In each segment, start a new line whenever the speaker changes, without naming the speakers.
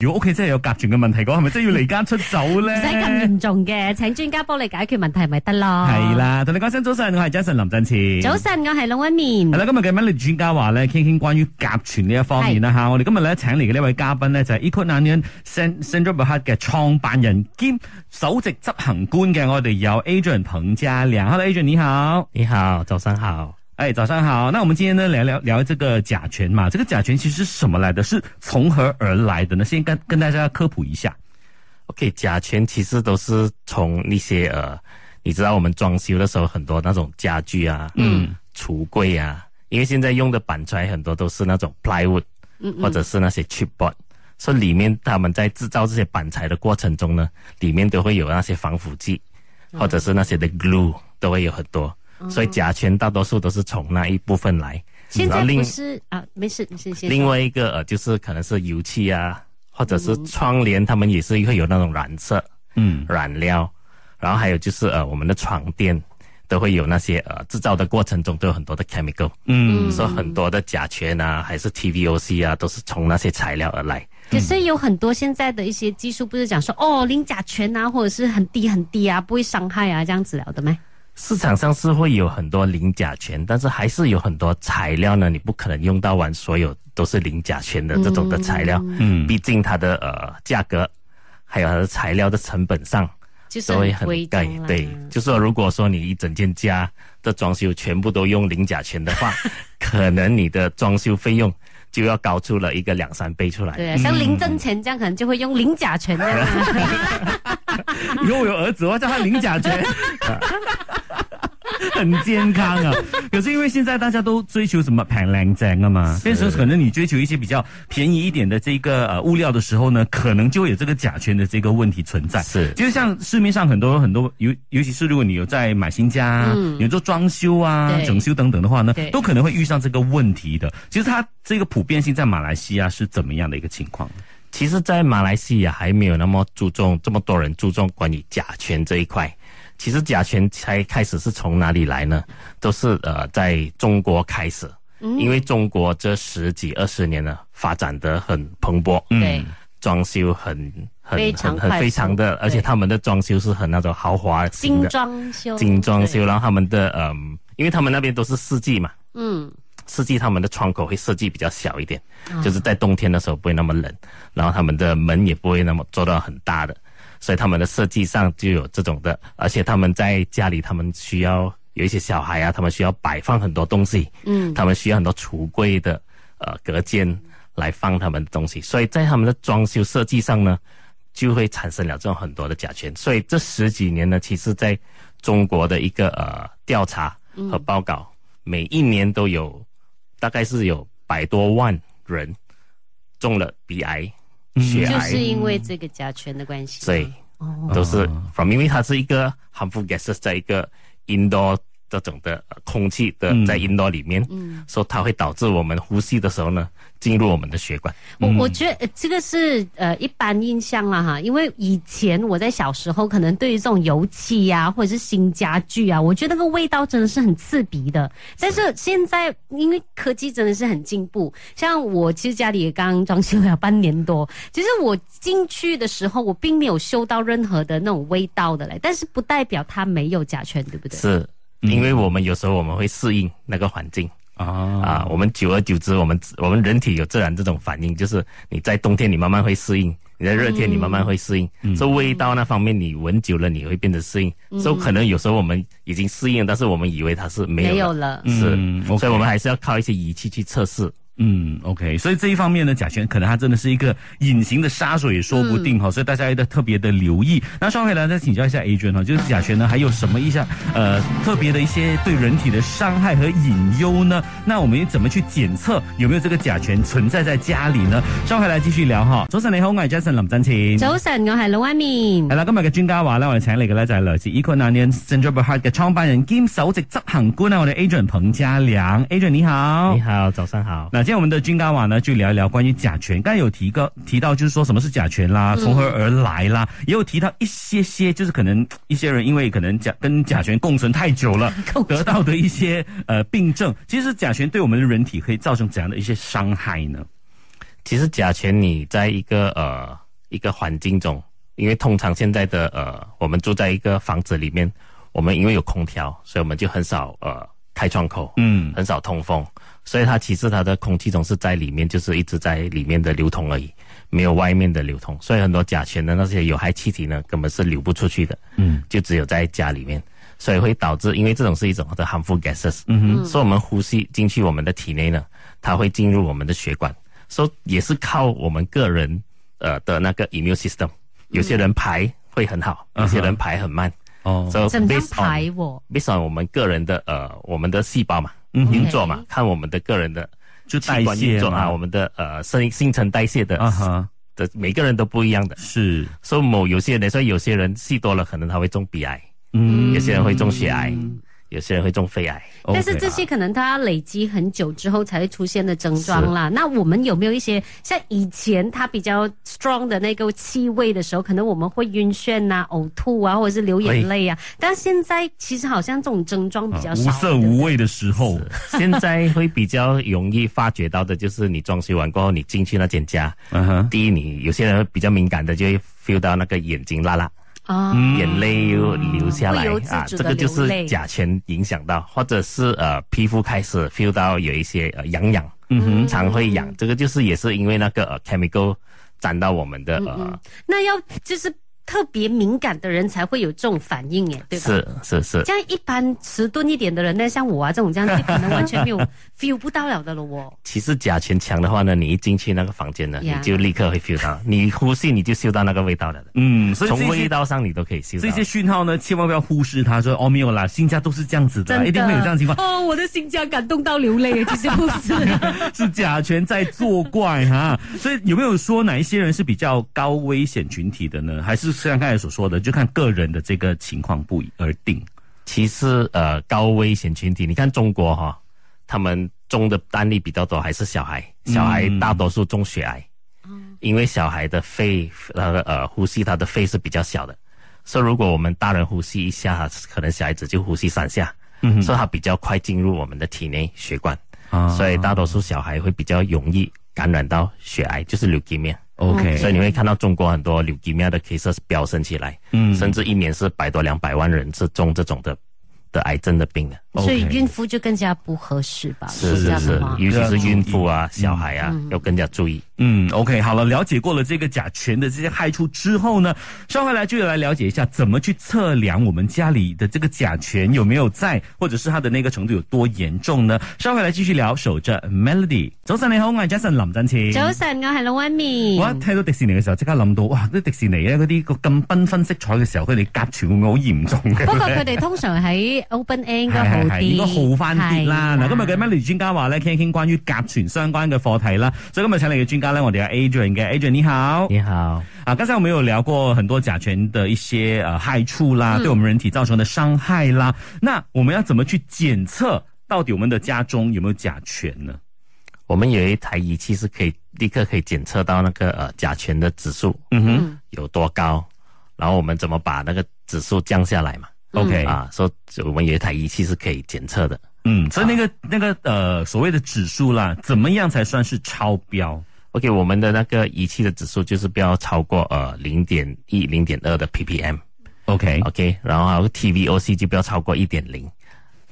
如果屋企真係有甲醛嘅問題，講係咪真係要離家出走咧？
唔使咁嚴重嘅，請專家幫你解決問題咪得咯。
係，啦，同你講聲早晨，我係 Jason 林振前。
早晨，我係龍威
係
面。
啦，今日嘅 m e 專家話咧，傾傾關於甲醛呢一方面啦吓。我哋今日咧請嚟嘅呢位嘉賓咧就係 e c o n a n i a n Central b a h a 嘅創辦人兼首席執行官嘅，我哋有 Adrian 彭家良。Hello Adrian 你好，
你好，早上好。
哎早上好。那我們今天呢聊聊聊這個甲醛嘛，這個甲醛其實是什麼來的？是從何而來的呢？先跟跟大家科普一下。
OK，甲醛其实都是从那些呃，你知道我们装修的时候很多那种家具啊，嗯，橱柜啊，因为现在用的板材很多都是那种 plywood，或
嗯
者是那些 chipboard，所以里面他们在制造这些板材的过程中呢，里面都会有那些防腐剂，
嗯
或者是那些的 glue 都会有很多，
哦
所以甲醛大多数都是从那一部分来。
現
然
在
后另
不是啊，没事，你先先。
另，外一个呃，就是可能是油漆啊，或者是窗帘，他们也是会有那种染色、
嗯，
染料，然后还有就是呃，我们的床垫都会有那些呃，制造的过程中都有很多的 chemical，
嗯
所以很多的甲醛啊，还是 TVOC 啊，都是从那些材料而来。
可是有很多现在的一些技术，不是讲说哦，零甲醛啊，或者是很低很低啊，不会伤害啊，这样子了的咩？
市场上是会有很多零甲醛，但是还是有很多材料呢，你不可能用到完所有都是零甲醛的这种的材料，
嗯
毕竟它的呃价格，还有它的材料的成本上。
就是
都会
很
很
贵重啊
贵
啦。，
对，就说如果说你一整间家的装修全部都用零甲醛的 话，可能你的装修费用就要高出了一个两三倍出来。
对，啊像林真钱这样，可能就会用零甲醛这样啊。
以后我有儿子，我要叫他零 甲醛。很健康啊，可是因为现在大家都追求什么平靓正啊嘛，变成可能你追求一些比较便宜一点的这个呃物料的时候呢，可能就会有这个甲醛的这个问题存在。
是
就是像市面上很多很多，尤尤其是如果你有在买新家、啊，
嗯
有做装修啊、
对
整修等等的话呢
对，
都可能会遇上这个问题的。其实它这个普遍性在马来西亚是怎么样的一个情况？
其实，在马来西亚还没有那么注重，这么多人注重关于甲醛这一块。其实甲醛才开始是从哪里来呢？都是呃，在中国开始，
嗯
因为中国这十几二十年呢发展得很蓬勃，
对，
装修很很
非常
很很
快速
非常的，而且
对
他们的装修是很那种豪华型
精
的，
装修，
精装修，
对，
然后他们的嗯，因为他们那边都是四季嘛，
嗯，啊
四季他们的窗口会设计比较小一点，就是在冬天的时候不会那么冷，然后他们的门也不会那么做到很大的，所以他们的设计上就有这种的，而且他们在家里他们需要有一些小孩啊，他们需要摆放很多东西，
嗯，
他们需要很多橱柜的呃隔间来放他们的东西，所以在他们的装修设计上呢，就会产生了这种很多的甲醛。所以这十几年呢，其实在中国的一个呃调查和报告，每一年都有大概是有百多万人中了鼻癌、血
就
癌，
是因为这个甲醛的哦关系。
所以都是 from，因为它是一个 harmful gases 在一个 indoor 这种的呃空气的
嗯
在 indoor 里面，
嗯
所以它会导致我们呼吸的时候呢，进入我们的血管。
我我觉得呃这个是呃一般印象啦哈，因为以前我在小时候，可能对于这种油漆呀、或者是新家具啊，我觉得那个味道真的是很刺鼻的。但是现在因为科技真的是很进步，像我其实家里也刚装修了半年多，其实我进去的时候我并没有嗅到任何的那种味道的嘞，但是不代表它没有甲醛，对不对？
是因为我们有时候我们会适应那个环境
啊
啊，
哦
我们久而久之，我们我们人体有自然这种反应，就是你在冬天你慢慢会适应，你在热天你慢慢会适应，
嗯
所以味道那方面你闻久了你会变得适应，所以可能有时候我们已经适应了，但是我们以为它是没有
没
的
有了。
是，
嗯，OK
所以我们还是要靠一些仪器去测试。
嗯，OK，所以这一方面呢，甲醛可能它真的是一个隐形的杀手，也说不定哈、所以大家要特别的留意。那稍回来再请教一下 Adrian 哈，就是甲醛呢还有什么一下呃特别的一些对人体的伤害和隐忧呢？那我们怎么去检测有没有这个甲醛存在在家里呢？稍回来继续聊哈。早晨你好，我係 Jason 林振前。
早晨，我係老阿面
系。啦，今日嘅專家話咧，我哋請嚟嘅咧就係來自 Econanian Central b a h a r 嘅創辦人兼首席執行官啊，我哋 Adrian 彭家良，Adrian 你好，
你好，早上
哦
好。
那今天我们的军干网呢，就聊一聊关于甲醛。刚才有提个提到，就是说什么是甲醛啦，
嗯
从何而来啦，也有提到一些些，就是可能一些人因为可能甲跟甲醛共存太久 了，
嗯
得到的一些呃病症。其实甲醛对我们的人体可以造成怎样的一些伤害呢？
其实甲醛你在一个呃一个环境中，因为通常现在的呃我们住在一个房子里面，我们因为有空调，所以我们就很少呃开窗口，
嗯
很少通风，所以它其实它的空气总是在里面，就是一直在里面的流通而已，没有外面的流通，所以很多甲醛的那些有害气体呢，根本是流不出去的，
嗯
就只有在家里面，所以会导致，因为这种是一种的 harmful gases，
嗯哼
嗯
所以我们呼吸进去我们的体内呢，它会进入我们的血管，所、以也是靠我们个人呃的那个 immune system，有些人排会很好，
嗯
有
哼
些人排很慢，
哦
所以
怎么样
based on
排我？
based on 我们个人的呃我们的细胞嘛，
嗯哼
运作嘛
OK，
看我们的个人的
就
器
代
官运
谢
作
嘛
啊，我们的呃新新陈代谢的、
啊哈
的每个人都不一样的，
是
所以某有些人，所以有些人戏多了，可能他会中鼻癌，
嗯
有些人会中血癌，有些人会中肺 癌。
但是
OK
这些可能它累积很久之后才会出现的症状啦。那我们有没有一些像以前它比较 strong 的那个气味的时候，可能我们会晕眩呐、呕吐啊，或者是流眼泪啊？但现在其实好像这种症状比
哎啊
较少，
无色无味的时候
现在会比较容易发觉到的就是，你装修完过后，你进去那间家，
嗯哼
第一，你有些人会比较敏感的，就会 feel 到那个眼睛辣辣，
啊。
嗯
眼泪又流下来
不由自
啊，
主
这
地
个就
流
是
泪
甲醛影响到，或者是呃皮肤开始 feel 到有一些呃痒痒，
嗯哼
常会痒，这个就是也是因为那个呃 chemical 沾到我们
嗯
的呃。
那要就是特别敏感的人才会有这种反应耶，对吧？
是是是，
这样一般迟钝一点的人呢，像我啊这种这样，就可能完全没有 feel 不到了的了哦。
其实甲醛强的话呢，你一进去那个房间呢
Yeah
你就立刻会 feel 到，你呼吸你就嗅到那个味道了的，
嗯，所以
从
这
味
些
道上你都可以嗅到
这。些讯号呢，千万不要忽视它。说哦，没有啦，新家都是这样子的啦，一定会有这样的情况，
哦，我的新家感动到流泪，其实不是。
是甲醛在作怪哈。所以有没有说哪一些人是比较高危险群体的呢？还是像刚才所说的，就看个人的这个情况不一而定。
其实呃，高危险群体，你看中国哈、他们中的案例比较多，还是小孩，小孩
嗯
大多数中血癌，因为小孩的肺呃呃呼吸，他的肺是比较小的，所以如果我们大人呼吸一下，可能小孩子就呼吸三下，
嗯哼
所以他比较快进入我们的体内血管。
啊
所以大多数小孩会比较容易感染到血癌，就是 leukemia。
OK，
所以你会看到中国很多 leukemia 的 cases 飙升起来，
嗯
甚至一年是百多两百万人是中这种的的癌症的病的。
所以
OK
孕妇就更加不合适吧？
是
这
是
样
是
吗，
尤其是孕妇啊、
嗯
小孩啊，要更加注意。
嗯，OK，好了，了解过了这个甲醛的这些害处之后呢，稍回来就来了解一下怎么去测量我们家里的这个甲醛有没有在，或者是它的那个程度有多严重呢？稍回来继续聊，守着 Melody。早晨你好，我系 Jason 林振前。
早晨，我系老威面。
我一聽到迪士尼嘅時候，即刻諗到，哇！啲迪士尼咧嗰啲個咁繽紛色彩嘅時候，佢哋夾存會唔會好嚴重嘅？
不过佢哋通常喺 open air 应
應
該好啲，
應該好翻啲啦。
係嗯
嗱，今日嘅 Melody 專家話咧，傾一傾關於甲醛相關嘅課題啦。所以今日請嚟嘅專家咧，我哋有 Adrian 嘅，Adrian 你好。
嗯
你好，
啊，刚才我们有聊过很多甲醛的一些呃害处啦，
嗯
对我们人体造成的伤害啦。那我们要怎么去检测到底我们的家中有没有甲醛呢？
我们有一台仪器是可以立刻可以检测到那个呃甲醛的指数
嗯哼
嗯
有多高，然后我们怎么把那个指数降下来嘛？
嗯
，OK，
啊，所以我们有一台仪器是可以检测的。
嗯，所以那个那个呃所谓的指数啦，怎么样才算是超标？
OK，我们的那个仪器的指数就是不要超过呃零点一、零点二的 ppm。
OK，
OK，然后还有 TVOC 就不要超过一点零，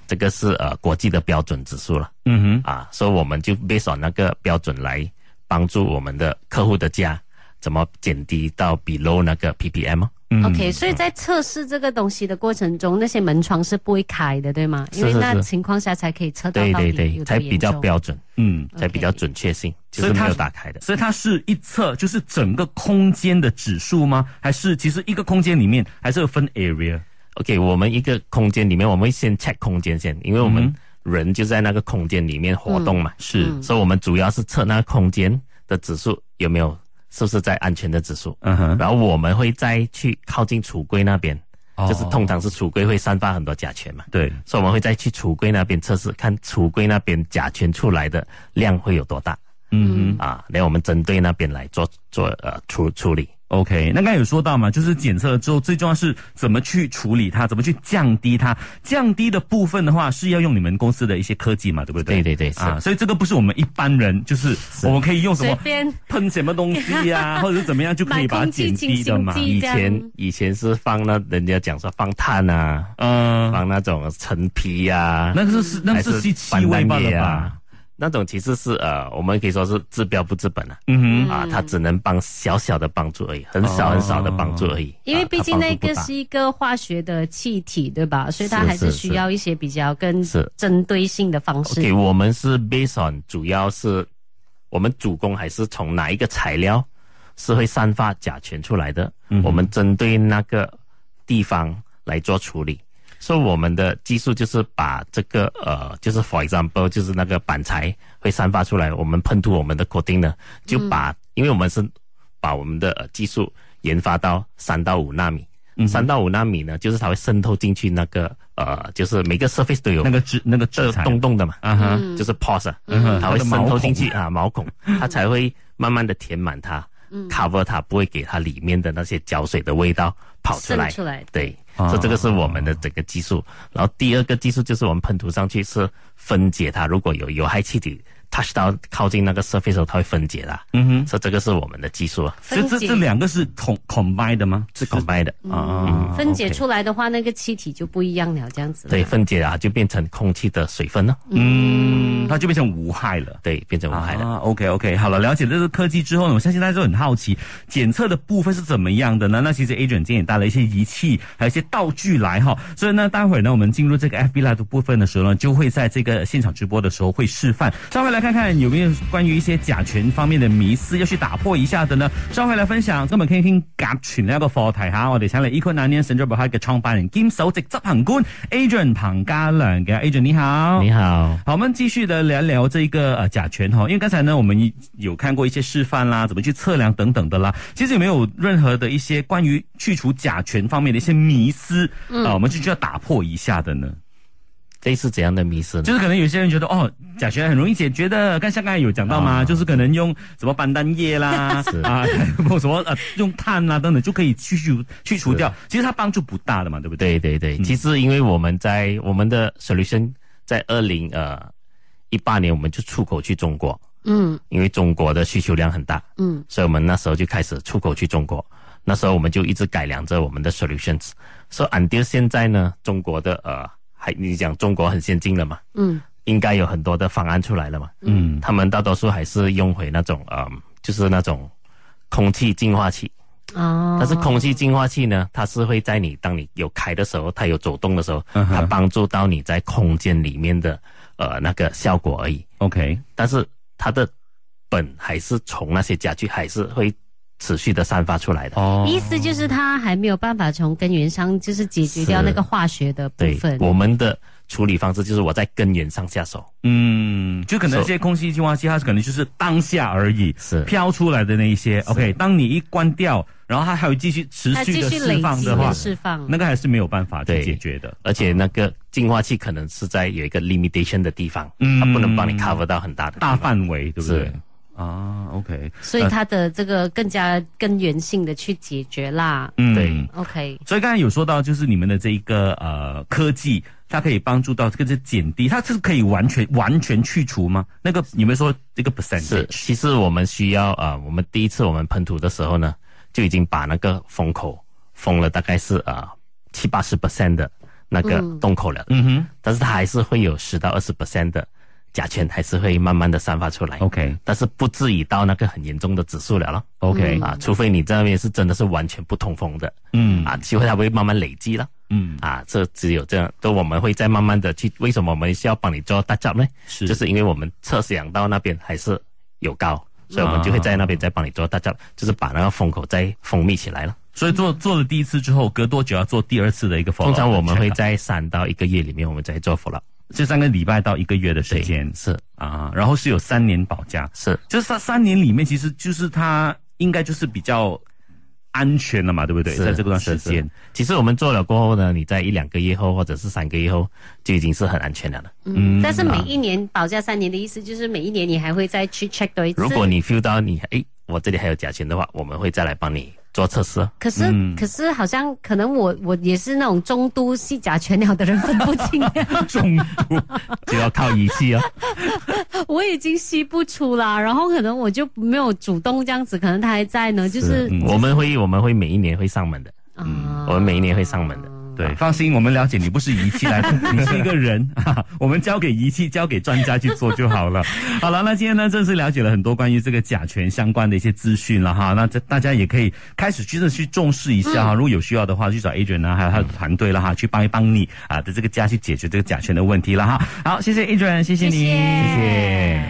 这个是呃国际的标准指数了
嗯
啊，所以我们就 based on 那个标准来帮助我们的客户的家怎么减低到 below 那个 ppm 哦。
哼嗯
OK，所以在测试这个东西的过程中，那些门窗是不会开的，对吗？因为
是是
那情况下才可以测到
对
到底
对
有多
对，才比较
严重。
标准，
嗯，
才比较准确性，就
所
是
以它
没有
是
打开的。
所以它是一测就是整个空间的指数吗？还是其实一个空间里面还是有分 area？
OK，我们一个空间里面，我们会先 check 空间先，因为我们人就在那个空间里面活动嘛，
是嗯
所以我们主要是测那个空间的指数有没有是不是在安全的指数，
嗯哼，
然后我们会再去靠近橱柜那边，
哦
就是通常是橱柜会散发很多甲醛嘛，
对，
所以我们会再去橱柜那边测试，看橱柜那边甲醛出来的量会有多大
嗯哼。
啊，然后我们针对那边来做做呃处处理。
OK，那刚才有说到嘛，就是检测了之后，最重要是怎么去处理它，怎么去降低它。降低的部分的话，是要用你们公司的一些科技嘛，对不对？
对对对是
啊，所以这个不是我们一般人，就是我们可以用什
随
么
便
喷什么东西啊，或者是怎么样就可以把它减低的嘛
买空气清。新剂
以
这样
前以前是放那人家讲说放碳啊，
嗯、
放那种陈皮呀、啊，
那个是那
还
是吸气
板
味罢
蓝
了
叶
吧
啊？，那种其实是呃，我们可以说是治标不治本啊。
嗯哼，
啊，它只能帮小小的帮助而已，很
哦
少很少的帮助而已。
因为毕竟
啊
那个，
它帮助
是一个化学的气体，对吧？所以它
是
还是
是
需
是
要一些比较更
是
针对性的方
不大
式
OK，。我们是 based on 主要是我们主攻还是从哪一个材料是会散发甲醛出来的，
嗯
我们针对那个地方来做处理。所以我们的技术就是把这个呃，就是 for example，就是那个板材会散发出来，我们喷涂我们的 coating 呢，就把、因为我们是把我们的、呃、技术研发到三到五纳米，三、到五纳米呢，就是它会渗透进去那个呃，就是每个 surface 都有
那个制那个制
这
裁
洞洞的嘛，
啊哈，
就是 pores，、啊
嗯
它会渗透进
它
去啊毛孔，
嗯
它才会慢慢的填满它、cover
嗯
它，不会给它里面的那些胶水的味道跑出来。
渗出来
对，
哦
所以这个是我们的整个技术。然后第二个技术就是我们喷涂上去是分解它，如果有有害气体 touch 到靠近那个 surface 的时候，它会分解它。
嗯哼，
所以这个是我们的技术啊，
这这
分解
这两个是 com combine 的吗？
是 combine 的。嗯
啊，
分解出来的话，那个气体就不一样了，这样子。
对，，分解啊，就变成空气的水分了，
嗯，它就变成无害了。
对，变成无害了。
啊、OK OK，好了，了解了这个科技之后呢，我相信大家都很好奇检测的部分是怎么样的呢？那其实 A 卷今天也带了一些仪器，还有一些道具来哈。所以呢，待会儿呢，我们进入这个 FB Live 的部分的时候呢，就会在这个现场直播的时候会示范。稍微来看看有没有关于一些甲醛方面的迷思要去打破一下的呢？稍微嚟分享今日傾傾甲醛呢一個課題嚇，我哋請嚟 Econan 神州博客嘅創辦人兼首席執行官 Adrian 彭家良嘅 Adrian 你好。
你好，
好，我们继续的聊聊这个呃甲醛哈，因为刚才呢我们有看过一些示范啦，怎么去测量等等的啦。其实有没有任何的一些关于去除甲醛方面的一些迷思啊、呃我们就需要打破一下的呢？
这是怎样的迷失呢？
就是可能有些人觉得哦，甲醛很容易解决的，刚像刚才有讲到嘛，
啊
就是可能用什么斑丹叶啦
是，
啊， 还有什么呃用碳啦等等就可以去除去除掉，其实它帮助不大的嘛，对不对？
对对对，其实因为我们在我们的 solution 在二零呃一八年我们就出口去中国，
嗯
因为中国的需求量很大，
嗯
所以我们那时候就开始出口去中国。那时候我们就一直改良着我们的 solutions，所、so, 以 until 现在呢，中国的呃，还你讲中国很先进了嘛，
嗯
应该有很多的方案出来了嘛。嗯，他们大多数还是用回那种呃，就是那种空气净化器。
嗯
哦，
但是空气净化器呢，它是会在你当你有开的时候，它有走动的时候，
嗯
它帮助到你在空间里面的呃那个效果而已。
OK，
但是它的本还是从那些家具还是会持续的散发出来的。
哦
意思就是它还没有办法从根源上就是解决掉
是
那个化学的部
对
分，。
我们的处理方式就是我在根源上下手。
嗯，就可能一
So-
些空气净化器，它可能就是当下而已，
是
飘出来的那一些。OK，当你一关掉，然后它还有继续持
它
续
继
的
续
释
累
放
积
的话
的，释放，
那个还是没有办法去
对
解决的。
而且那个净化器可能是在有一个 limitation 的地方，
嗯
它不能帮你 cover 到很大的地
大
方
范围，对不对
是？
啊，OK，
所以它的这个更加根源性的去解决啦。
嗯
对。
OK，
所以刚才有说到，就是你们的这一个呃科技，它可以帮助到这个是减低，它是可以完全完全去除吗？那个你们说这个 percent
是，其实我们需要啊、呃我们第一次我们喷涂的时候呢，就已经把那个封口封了，大概是啊七八十 percent 的那个洞口了。
嗯哼
但是它还是会有十到二十 percent 的甲醛，还是会慢慢的散发出来。
，OK
但是不至于到那个很严重的指数了咯。
OK，
啊，除非你这边是真的是完全不通风的，
嗯
啊，机会它会慢慢累积了。
嗯
啊，这只有这样，都我们会再慢慢的去。为什么我们需要帮你做大 job 呢？
是
就是因为我们测试量到那边还是有高，所以我们
啊
就会在那边再帮你做大 job，、就是把那个风口再封闭起来了。
所以做做了第一次之后，隔多久要做第二次的一个 follow？
通常我们
啊
会在三到一个月里面，我们再做 follow。
这三个礼拜到一个月的时
对，
间
是
啊，然后是有三年保价，
是
就是三三年里面，其实就是它应该就是比较安全了嘛，对不对？
是
在这段时
是
间
是，其实我们做了过后呢，你在一两个月后或者是三个月后就已经是很安全了的。
嗯，但是每一年保价三年的意思就是每一年你还会再去 check 多一次。
如果你 feel 到你诶，我这里还有甲醛的话，我们会再来帮你做测试啊。
可是、
嗯
可是好像可能我我也是那种中都戏甲全鸟的人分不 清，
中毒
就要靠仪 器啊。
我已经吸不出啦，然后可能我就没有主动这样子，可能他还在呢，就是
嗯我们会我们会每一年会上门的，
啊
我们每一年会上门的。
对，放心，我们了解你不是仪器来的，你是一个人啊，我们交给仪器，交给专家去做就好了。好了，那今天呢，正式了解了很多关于这个甲醛相关的一些资讯了哈。那这大家也可以开始真的去重视一下哈，如果有需要的话，去找 Adrian 啊，还有他的团队了哈，去帮一帮你啊的这个家去解决这个甲醛的问题了哈。好，谢谢 Adrian，谢谢你，
谢谢